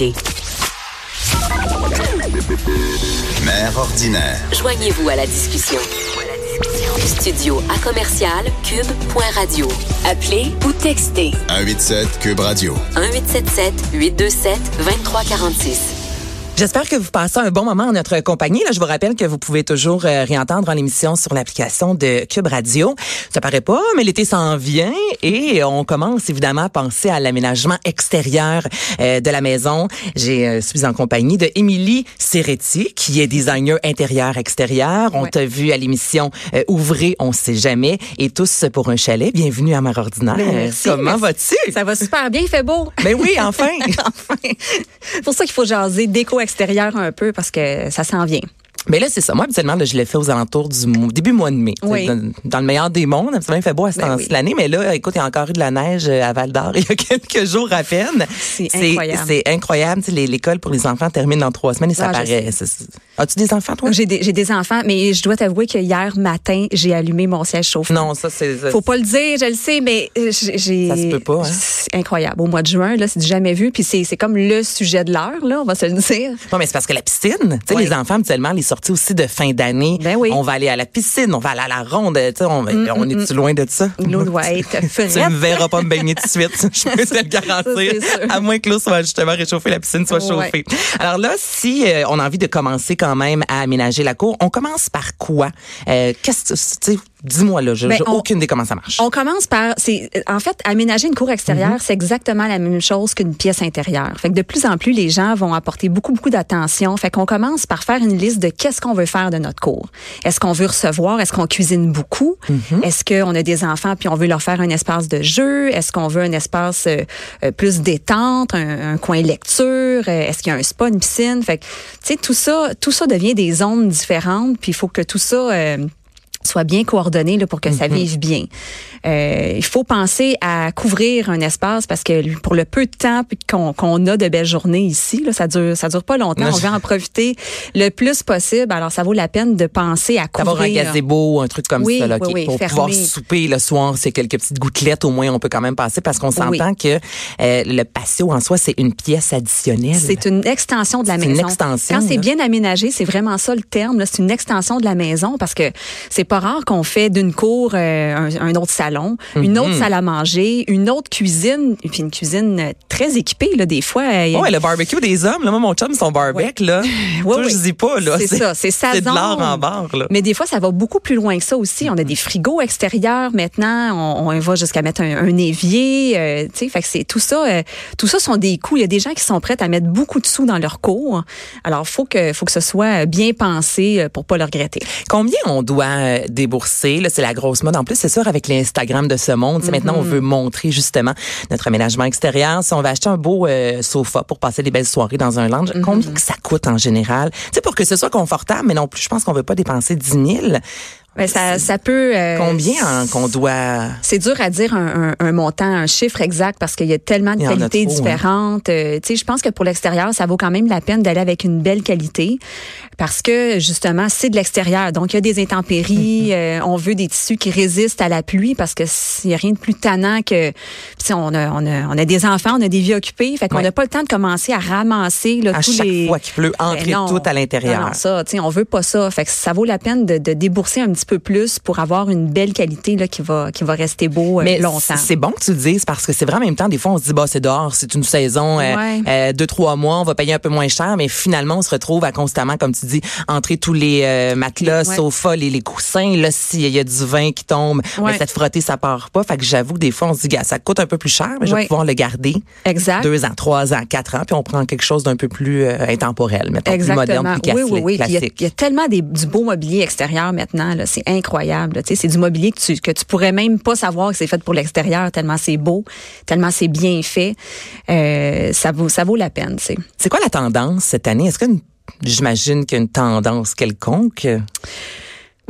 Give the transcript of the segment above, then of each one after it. l'écouter. Mère ordinaire. Joignez-vous à la discussion. Studio à commercial cube.radio. Appelez ou textez 187 Cube Radio. 1877 827 2346. J'espère que vous passez un bon moment en notre compagnie. Là, je vous rappelle que vous pouvez toujours euh, réentendre en l'émission sur l'application de Cube Radio. Ça paraît pas, mais l'été s'en vient et on commence évidemment à penser à l'aménagement extérieur euh, de la maison. J'ai euh, suis en compagnie de Émilie Serretti, qui est designer intérieur-extérieur. On Ouais. t'a vu à l'émission euh, Ouvrez, on sait jamais et tous pour un chalet. Bienvenue à Mère Ordinaire. Ben, merci, Comment merci. vas-tu? Ça va super bien, il fait beau. Ben oui, enfin. C'est pour ça qu'il faut jaser déco extérieure un peu parce que ça s'en vient. Mais là, c'est ça. Moi, habituellement, là, je l'ai fait aux alentours du mois- début mois de mai. Oui. Dans, dans le meilleur des mondes. Ça fait beau à ce Ben temps oui. de l'année. Mais là, écoute, il y a encore eu de la neige euh, à Val d'Or il y a quelques jours à peine. C'est incroyable. C'est incroyable. Tu sais, les- L'école pour les enfants termine dans trois semaines et ça Ah, je paraît. C'est- c'est- As-tu des enfants, toi? J'ai des, j'ai des enfants, mais je dois t'avouer que hier matin, j'ai allumé mon siège chauffant. Non, ça, c'est. ça- Faut pas le dire, je le sais, mais euh, j'ai- j'ai. Ça se peut pas, hein? C'est incroyable. Au mois de juin, là, c'est du jamais vu. Puis c'est c'est comme le sujet de l'heure, là, on va se le dire. Non, mais c'est parce que la piscine, tu sais, Oui. les enfants, habituellement, les sorties aussi de fin d'année. Ben oui. Mm, On va aller à la piscine, on va aller à la ronde, tu sais, on, on est-tu loin de ça? L'eau doit être Tu ne frette. me verras pas me baigner tout de suite. Je peux te le garantir. c'est sûr. À moins que l'eau soit justement réchauffée, la piscine soit Ouais. chauffée. Alors là, si euh, on a envie de commencer quand même à aménager la cour, on commence par quoi? Euh, Qu'est-ce que tu sais, Dis-moi là, je- Ben, j'ai on- aucune idée comment ça marche. On commence par, c'est en fait aménager une cour extérieure, c'est exactement la même chose qu'une pièce intérieure. Fait que de plus en plus les gens vont apporter beaucoup beaucoup d'attention. Fait qu'on commence par faire une liste de qu'est-ce qu'on veut faire de notre cour. Est-ce qu'on veut recevoir Est-ce qu'on cuisine beaucoup Est-ce qu'on a des enfants puis on veut leur faire un espace de jeu Est-ce qu'on veut un espace euh, euh, plus détente, un, un coin lecture Euh, Est-ce qu'il y a un spa, une piscine Fait que tu sais tout ça, tout ça devient des zones différentes. Puis il faut que tout ça euh, soit bien coordonné là, pour que Mhm. ça vive bien. Euh, il faut penser à couvrir un espace parce que pour le peu de temps puis qu'on qu'on a de belles journées ici, là, ça dure ça dure pas longtemps. Non, On je- veut en profiter le plus possible. Alors ça vaut la peine de penser à D'avoir un couvrir. gazebo, un truc comme Oui, ça, là, oui, OK, oui, pour fermé. pouvoir souper le soir, c'est quelques petites gouttelettes, au moins on peut quand même passer parce qu'on s'entend que euh, le patio en soi, c'est une pièce additionnelle. C'est une extension de la C'est une maison. extension, Quand c'est là. bien aménagé, c'est vraiment ça le terme. là, C'est une extension de la maison parce que c'est pas rare qu'on fait d'une cour euh, un, un autre salon, une Mhm. autre salle à manger, une autre cuisine, puis une cuisine euh, très équipée. Là, des fois, euh, il y a- Ah Ouais, le barbecue des hommes, là, moi, mon chum, son barbecue, là. Ouais, Toi, ouais. je dis pas, là. C'est ça, c'est sa C'est de l'art zone. en barre, là. Mm-hmm. Mais des fois, ça va beaucoup plus loin que ça aussi. On a des frigos extérieurs maintenant. On, on va jusqu'à mettre un, un évier. euh, tu sais, fait que c'est tout ça. euh, tout ça sont des coûts. Il y a des gens qui sont prêts à mettre beaucoup de sous dans leur cours. Alors, faut que faut que ce soit bien pensé euh, pour pas le regretter. Combien on doit euh, débourser là, c'est la grosse mode. En plus, c'est sûr avec l'Instagram de ce monde, tu sais, maintenant on veut montrer justement notre aménagement extérieur. Si on va acheter un beau euh, sofa pour passer des belles soirées dans un lounge, combien que ça coûte en général Tu sais pour que ce soit confortable, mais non plus, je pense qu'on veut pas dépenser 10 000. Ben, Mais ça, ça peut. euh, Combien hein, qu'on doit C'est dur à dire un, un- un montant, un chiffre exact parce qu'il y a tellement de Il y en a qualités trop, hein. différentes. Euh, tu sais, je pense que pour l'extérieur, ça vaut quand même la peine d'aller avec une belle qualité parce que justement, c'est de l'extérieur. Donc, il y a des intempéries. euh, on veut des tissus qui résistent à la pluie parce que s'il y a rien de plus tannant que Puis, tu sais, on a, on a on a des enfants, on a des vies occupées, fait qu'on Ouais. n'a pas le temps de commencer à ramasser là, à tous chaque les- fois qu'il pleut entrer ben non. tout à Non, l'intérieur non, ça, tu sais, on veut pas ça. Fait que ça vaut la peine de, de débourser un petit peu plus pour avoir une belle qualité là, qui va qui va rester beau euh, Mais longtemps. c- C'est bon que tu le dises parce que c'est vrai en même temps, des fois, on se dit, bah, c'est dehors, c'est une saison, euh, Ouais. euh, deux, trois mois, on va payer un peu moins cher, mais finalement, on se retrouve à constamment, comme tu dis, entrer tous les euh, matelas, Ouais. sofas, les, les coussins. Là, s'il y a du vin qui tombe, Ouais. ben, ça te frotter, ça part pas. Fait que j'avoue, que des fois, on se dit, gars, ça coûte un peu plus cher, mais je vais Ouais. Ah. pouvoir le garder Exact. deux ans, trois ans, quatre ans, puis on prend quelque chose d'un peu plus euh, intemporel, mettons, plus Exactement. moderne, plus oui, oui, oui. Puis Il y a, classique. il y a tellement des- du beau mobilier extérieur maintenant. là. C'est incroyable. là. Tu sais, C'est du mobilier que tu, que tu pourrais même pas savoir que c'est fait pour l'extérieur, tellement c'est beau, tellement c'est bien fait. Euh, ça, vaut, ça vaut la peine. tu sais. C'est quoi la tendance cette année? Est-ce que j'imagine qu'il y a une tendance quelconque?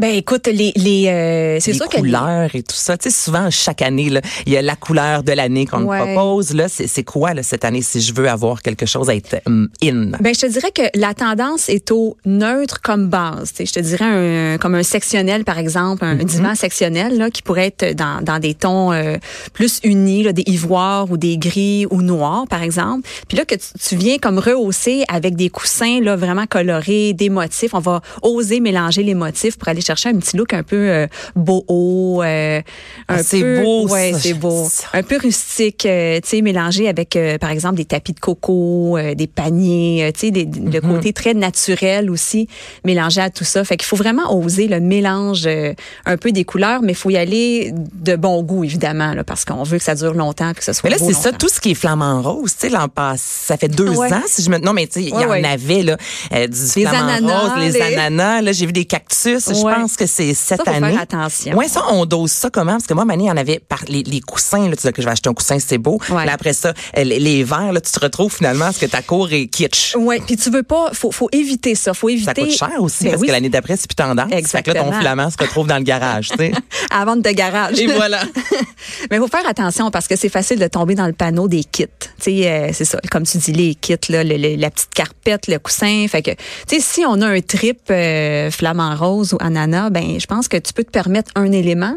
Ben écoute, les, les euh, c'est les sûr que couleurs et tout ça. Tu sais, souvent, chaque année, là, il y a la couleur de l'année qu'on Ouais. me propose. Là, c'est, c'est quoi là, cette année si je veux avoir quelque chose à être hum, in? Ben, je te dirais que la tendance est au neutre comme base. Tu sais, Je te dirais un, comme un sectionnel, par exemple, Mm-hmm. un divan sectionnel là, qui pourrait être dans, dans des tons euh, plus unis, là, des ivoires ou des gris ou noirs, par exemple. Puis là, que tu, tu viens comme rehausser avec des coussins là, vraiment colorés, des motifs. On va oser mélanger les motifs pour aller chercher un petit look un peu euh, boho. euh, Ah, un c'est peu- beau, ça. ouais, c'est J'aime beau ça. un peu rustique, euh, tu sais, mélangé avec, euh, par exemple, des tapis de coco, euh, des paniers, euh, tu sais, des- le Mm-hmm. côté très naturel aussi, mélangé à tout ça. Fait qu'il faut vraiment oser le mélange euh, un peu des couleurs, mais il faut y aller de bon goût, évidemment, là, parce qu'on veut que ça dure longtemps, que ce soit Mais là, beau c'est ça, longtemps. tout ce qui est flamant rose, tu sais, l'an passé, ça fait deux Ouais. ans, si je me... Non, mais tu sais, il y Ouais, en ouais. avait, là, euh, du Les flamant ananas, rose, les, les- ananas, là, j'ai vu des cactus, je Ouais. pense que c'est cette faut faire année. attention. Ouais, ça, on dose ça comment? Parce que moi, Mané, il y en avait par les, les coussins, là, tu dis que je vais acheter un coussin, c'est beau. Ouais. Là, après ça, euh, les, les verres, là, tu te retrouves finalement à ce que ta cour est kitsch. Ouais, puis tu veux pas, faut, faut éviter ça, faut éviter. Ça coûte cher aussi, Ben parce oui, que l'année d'après, c'est plus tendance. Fait que là, ton Exactement. flamand se retrouve dans le garage, tu sais. à vendre de garage. Et voilà. Mais il faut faire attention parce que c'est facile de tomber dans le panneau des kits. Tu sais, euh, c'est ça, comme tu dis, les kits, là, le- le- la petite carpette, le coussin. Fait que, tu sais, si on a un trip euh, flamant rose ou ananas, ben, je pense que tu peux te permettre un élément.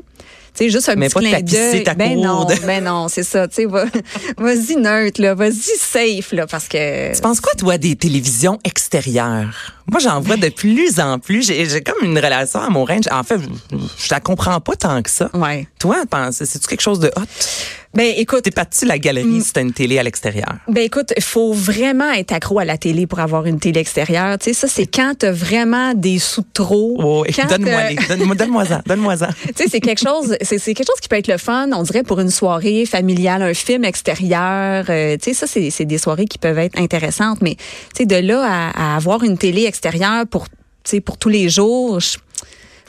Tu sais, juste un Mais petit pas clin tapisser d'œil. ta ben cour non, de- ben non, c'est ça. Tu sais, va- vas-y neutre, là, vas-y safe, là, parce que. Tu penses quoi, toi, des télévisions extérieures? Moi, j'en vois de plus en plus. J'ai j'ai comme une relation à mon range. En fait, je- je la comprends pas tant que ça. Ouais. Toi, pense- c'est-tu quelque chose de hot? Ben, écoute. T'es parti la galerie si t'as une télé à l'extérieur. Ben écoute, faut vraiment être accro à la télé pour avoir une télé extérieure. Tu sais, ça c'est quand t'as vraiment des sous de trop. Oh, Quand, euh, donne-moi les. Donne-moi donne-moi-en, donne-moi-en. tu sais, c'est quelque chose, c'est c'est quelque chose qui peut être le fun, on dirait pour une soirée familiale, un film extérieur. euh, tu sais, ça, c'est c'est des soirées qui peuvent être intéressantes, mais tu sais, de là à, à avoir une télé extérieure pour, tu sais, pour tous les jours, je-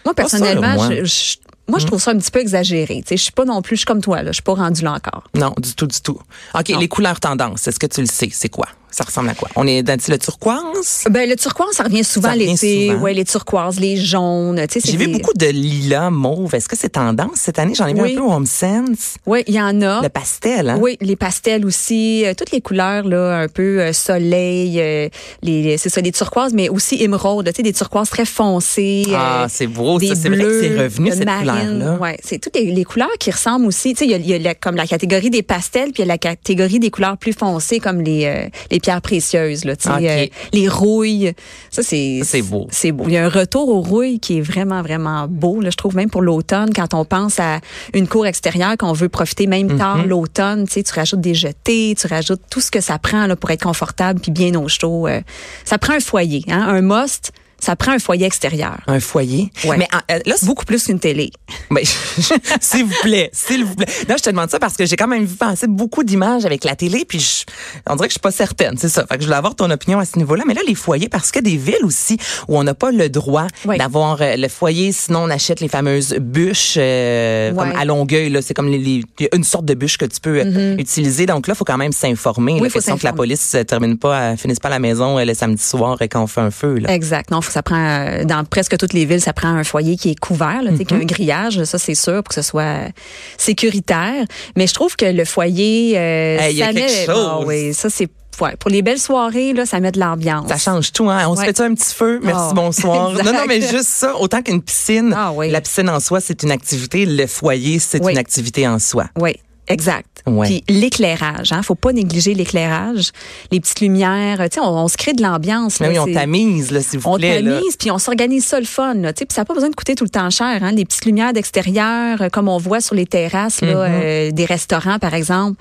moi Pas ça, là, personnellement, moi. je, je- moi, je trouve ça un petit peu exagéré. Tu sais, je suis pas non plus, je suis comme toi là, je suis pas rendue là encore. Non, du tout, du tout. OK, les couleurs tendances, est-ce que tu le sais? C'est quoi? Ça ressemble à quoi? On est dans le turquoise? Ben le turquoise, ça revient souvent Ça à revient l'été. souvent. Ouais, les turquoises, les jaunes. Tu sais, c'est J'ai vu des- beaucoup de lilas mauve. Est-ce que c'est tendance cette année? J'en ai vu Oui. un peu au Home Sense. Ouais, il y en a. Le pastel, hein? Oui, les pastels aussi, euh, toutes les couleurs là, un peu euh, soleil, euh, les c'est ça les turquoises mais aussi émeraude, tu sais des turquoises très foncées. euh, Ah, c'est beau, ça, des c'est vrai que bleus, c'est revenu, euh, cette marine. couleur-là. Ouais, c'est toutes les, les couleurs qui ressemblent aussi, tu sais il y a- il y a, la- comme la catégorie des pastels puis il y a la catégorie des couleurs plus foncées comme les euh, les pierres précieuses là, tu sais Ok. euh, les rouilles. Ça c'est Ça, c'est beau. C'est beau. Il y a un retour aux rouilles qui est vraiment vraiment beau là, je trouve même pour l'automne quand on pense à une cour extérieure qu'on veut profiter même tard l'automne, tu sais, tu rajoutes des jetés, tu rajoutes tout ce que ça prend là, pour être confortable puis bien au chaud. euh. ça prend un foyer, hein, un must. Ça prend un foyer extérieur. Un foyer. Ouais. Mais en- euh, là, c'est- Beaucoup plus qu'une télé. Ben, s'il vous plaît, s'il vous plaît. Non, je te demande ça parce que j'ai quand même vu passer beaucoup d'images avec la télé, puis je, on dirait que je suis pas certaine, c'est ça. Fait que je voulais avoir ton opinion à ce niveau-là. Mais là, les foyers, parce que des villes aussi où on n'a pas le droit Oui. d'avoir euh, le foyer, sinon on achète les fameuses bûches euh, Ouais. comme à Longueuil. là, C'est comme les, les- il y a une sorte de bûche que tu peux euh, utiliser. Donc là, faut quand même s'informer. Mm-hmm. Oui, la faut question que la s'informer. police euh, termine pas, euh, finisse pas à la maison euh, le samedi soir euh, quand on fait un feu. Là. Exact. Non, faut- ça prend euh, dans presque toutes les villes, ça prend un foyer qui est couvert, là, tu sais, Mhm. qui a un grillage, ça c'est sûr pour que ce soit euh, sécuritaire. Mais je trouve que le foyer, euh, Hey, il y a ça quelque met- chose. Ah oui, ça c'est ouais, pour les belles soirées là, ça met de l'ambiance. Ça change tout, hein? On se Ouais. fait un petit feu? Merci, Oh, bonsoir. Non, non, mais exact. juste ça, autant qu'une piscine. Ah oui. La piscine en soi, c'est une activité. Le foyer, c'est Oui. une activité en soi. Oui. Exact. Ouais. Puis l'éclairage, hein, faut pas négliger l'éclairage, les petites lumières, tu sais, on, on se crée de l'ambiance. Mais là, oui, on c'est- tamise, là, s'il vous On plaît. là. tamise, puis on s'organise ça le fun. Là, tu sais, puis ça n'a pas besoin de coûter tout le temps cher. Hein, les petites lumières d'extérieur, euh, comme on voit sur les terrasses là, Mm-hmm. euh, des restaurants, par exemple,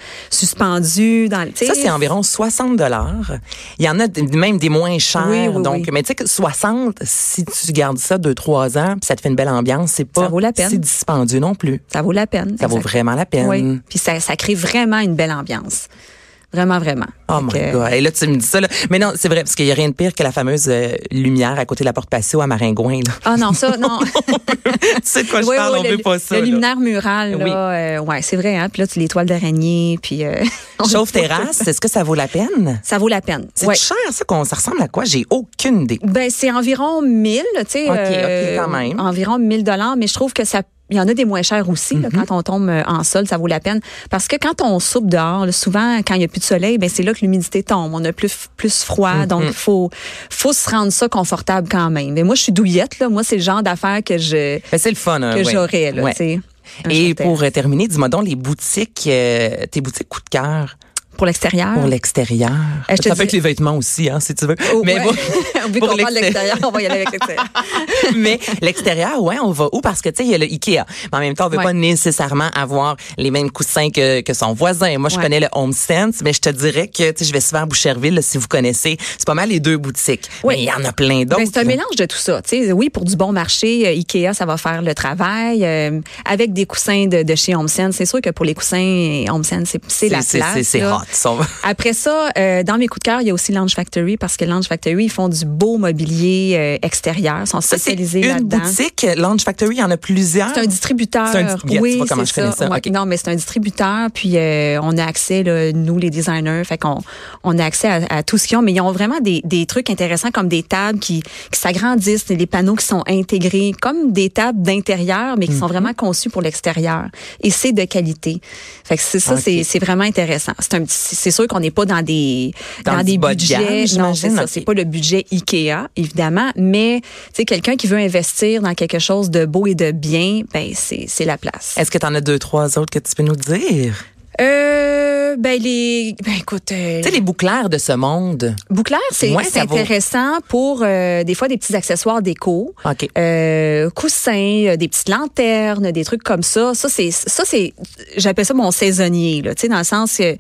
suspendues. Dans, le- tu sais, Ça, c'est environ 60 dollars. Il y en a d- même des moins chers. Oui, oui, donc, oui. mais tu sais que 60, si tu gardes ça 2-3 ans, puis ça te fait une belle ambiance, c'est pas vaut la peine. si dispendieux non plus. Ça vaut la peine. Ça vaut Exact. vraiment la peine. Oui. Puis ça, ça crée vraiment une belle ambiance. Vraiment, vraiment. Oh Fait my que- God. Et là, tu me dis ça. Là. Mais non, c'est vrai, parce qu'il n'y a rien de pire que la fameuse euh, lumière à côté de la porte patio à Maringouin. Là. Ah non, ça, non. tu sais de quoi Oui, je parle, oui, on le- veut pas ça. Le là. luminaire mural, là, Oui. euh, ouais, c'est vrai. Hein? Puis là, tu les toiles d'araignée, puis... euh, on- Chauffe-terrasse, est-ce que ça vaut la peine? Ça vaut la peine. C'est Ouais. cher, ça, qu'on, ça ressemble à quoi? J'ai aucune idée. Ben, c'est environ 1000, tu sais. euh, Ok, ok, quand même. Environ 1000 dollars, mais je trouve que ça il y en a des moins chers aussi Mhm. là, quand on tombe euh, en sol, ça vaut la peine parce que quand on soupe dehors, là, souvent quand il n'y a plus de soleil, ben c'est là que l'humidité tombe, on a plus plus froid, Mhm. donc il faut faut se rendre ça confortable quand même. Mais moi je suis douillette là, moi c'est le genre d'affaires que je Ben, c'est le fun. hein, que ouais. j'aurais là, Ouais. tu sais. un Et short-term. pour euh, terminer, dis-moi donc les boutiques, euh, tes boutiques coup de cœur pour l'extérieur. pour l'extérieur. Eh, Ah. je te ça fait dis- que les vêtements aussi, hein, si tu veux. Oh, ouais. bon, Vu pour qu'on l'extérieur. parle de l'extérieur, on va y aller avec l'extérieur. mais l'extérieur, ouais, on va où parce que tu sais, il y a le Ikea. Mais en même temps, on veut Ouais. pas nécessairement avoir les mêmes coussins que, que son voisin. Moi, je Ouais. connais le Home Sense, mais je te dirais que tu sais, je vais souvent à Boucherville là, si vous connaissez. C'est pas mal les deux boutiques. Oui. Mais il y en a plein d'autres. Ben, c'est un là. mélange de tout ça. Tu sais, oui, pour du bon marché, euh, Ikea, ça va faire le travail. euh, avec des coussins de, de chez HomeSense, c'est sûr que pour les coussins HomeSense, c'est, c'est la C'est- place. C'est c'est là. hot. ça. Après ça, euh, dans mes coups de cœur, il y a aussi Lounge Factory parce que Lounge Factory, ils font du beau mobilier euh, extérieur, sont Ça, Ah, c'est spécialisés une là-dedans. boutique. Lounge Factory, il y en a plusieurs. C'est un distributeur. C'est un dis- Yeah, tu oui, vois comment je c'est connais ça. ça. Ouais, Ok. Non, mais c'est un distributeur. Puis euh, on a accès, là, nous, les designers, fait qu'on on a accès à, à tout ce qu'ils ont. Mais ils ont vraiment des, des trucs intéressants comme des tables qui, qui s'agrandissent, des panneaux qui sont intégrés, comme des tables d'intérieur, mais qui Mhm. sont vraiment conçues pour l'extérieur. Et c'est de qualité. Fait que c'est ça, Ok. c'est- c'est vraiment intéressant. C'est un petit- c'est sûr qu'on n'est pas dans des Dans dans, du des bas de gamme, budgets. non, c'est j'imagine, ça. ok. C'est pas le budget Ikea, évidemment, mais tu sais, quelqu'un qui veut investir dans quelque chose de beau et de bien, ben c'est c'est la place. Est-ce que tu en as deux, trois autres que tu peux nous dire? Euh, ben les, ben écoute, euh, Tu sais, les bouclaires de ce monde. Bouclair, c'est Ouais, c'est ça vaut. intéressant pour euh, des fois des petits accessoires déco. OK. Euh, coussins, euh, des petites lanternes, des trucs comme ça. Ça c'est ça c'est j'appelle ça mon saisonnier là, tu sais dans le sens que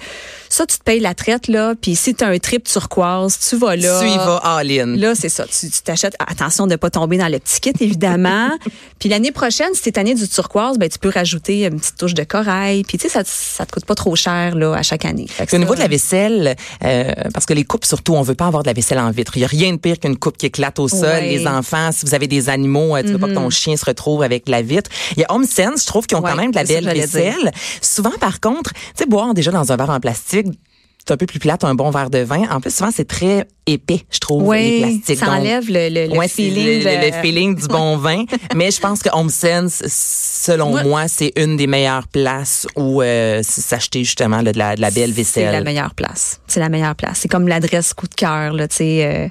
ça tu te payes la traite là, puis si tu as un trip turquoise, tu vas là. tu y vas all-in. Là, c'est ça. Tu tu t'achètes. Attention de ne pas tomber dans le petit kit, évidemment. puis l'année prochaine, si t'es tanné du turquoise, ben, tu peux rajouter une petite touche de corail. Puis tu sais, ça, te- ça te coûte pas trop cher là, à chaque année. Fait Au que ça, niveau de la vaisselle, euh, parce que les coupes surtout, on veut pas avoir de la vaisselle en vitre. Il y a rien de pire qu'une coupe qui éclate au sol. Ouais. Mm-hmm. Les enfants, si vous avez des animaux, euh, tu veux pas que ton chien se retrouve avec la vitre. Il y a Home Sense, je trouve qu'ils ont quand Ouais, même de la c'est ça que belle j'allais dire. vaisselle. Souvent, par contre, tu sais, boire déjà dans un verre en plastique. C'est un peu plus plate, un bon verre de vin. En plus, souvent, c'est très épais, je trouve, les Oui, plastiques. ça Donc, enlève le, le, le Ouais, c'est feeling. le, le- de- le feeling du bon vin. Mais je pense que Home Sense, selon Ouais. moi, c'est une des meilleures places où euh, s- s'acheter justement là, de, la, de la belle C'est la vaisselle. meilleure place. C'est la meilleure place. C'est comme l'adresse coup de cœur, là, tu sais. euh,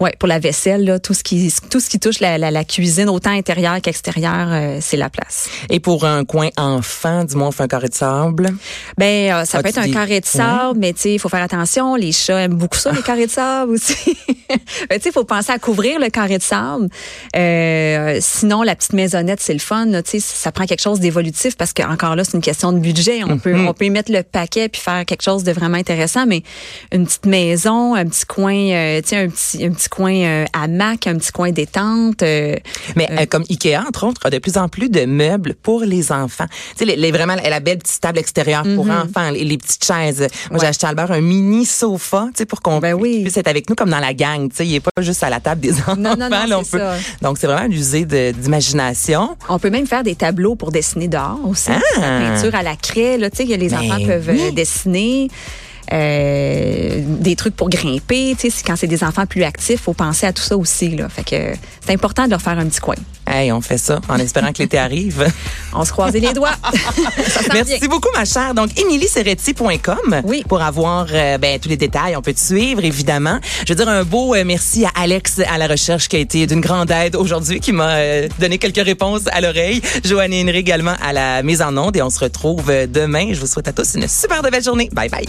ouais, pour la vaisselle, là, tout ce qui, tout ce qui touche la, la, la cuisine, autant intérieure qu'extérieure, euh, c'est la place. Et pour un coin enfant, dis-moi, on fait un carré de sable. Ben, euh, ça Ah, peut tu être un dis- carré de sable, mais tu sais, il faut faire attention. Les chats aiment beaucoup ça, les carrés de sable aussi. Ben, tu sais, il faut penser à couvrir le carré de sable. Euh, sinon, la petite maisonnette, c'est le fun. là, Tu sais, ça prend quelque chose d'évolutif parce que encore là, c'est une question de budget. On peut, on peut y mettre le paquet puis faire quelque chose de vraiment intéressant. Mais une petite maison, un petit coin, euh, tu sais, un petit, un petit coin euh, hamac, un petit coin détente. euh, Mais euh, comme Ikea, entre autres, a de plus en plus de meubles pour les enfants. Tu sais, les, les- vraiment, la belle petite table extérieure pour Mm-hmm. enfants, les, les petites chaises. Moi, j'ai acheté à Albert un mini sofa, tu sais, pour qu'on Ben oui. puisse être avec nous comme dans la gang. Tu sais, il est pas juste à la table des enfants. non, non, là, on c'est peut- ça. Donc, c'est vraiment l'usée de- d'imagination. On peut même faire des tableaux pour dessiner dehors aussi. La peinture à la craie, là, tu sais, que les Ah! Ben enfants peuvent oui. euh, dessiner. Euh, des trucs pour grimper, tu sais, c'est- quand c'est des enfants plus actifs, faut penser à tout ça aussi, là. Fait que euh, c'est important de leur faire un petit coin. Hey, on fait ça en espérant que l'été arrive. On se croise les doigts. ça s'en vient. Merci beaucoup, ma chère. Donc, emilieserretti.com Oui. pour avoir euh, ben, tous les détails. On peut te suivre, évidemment. Je veux dire un beau euh, merci à Alex à la recherche qui a été d'une grande aide aujourd'hui, qui m'a euh, donné quelques réponses à l'oreille. Joanne Henry également à la mise en onde. Et on se retrouve euh, demain. Je vous souhaite à tous une super de belle journée. Bye bye.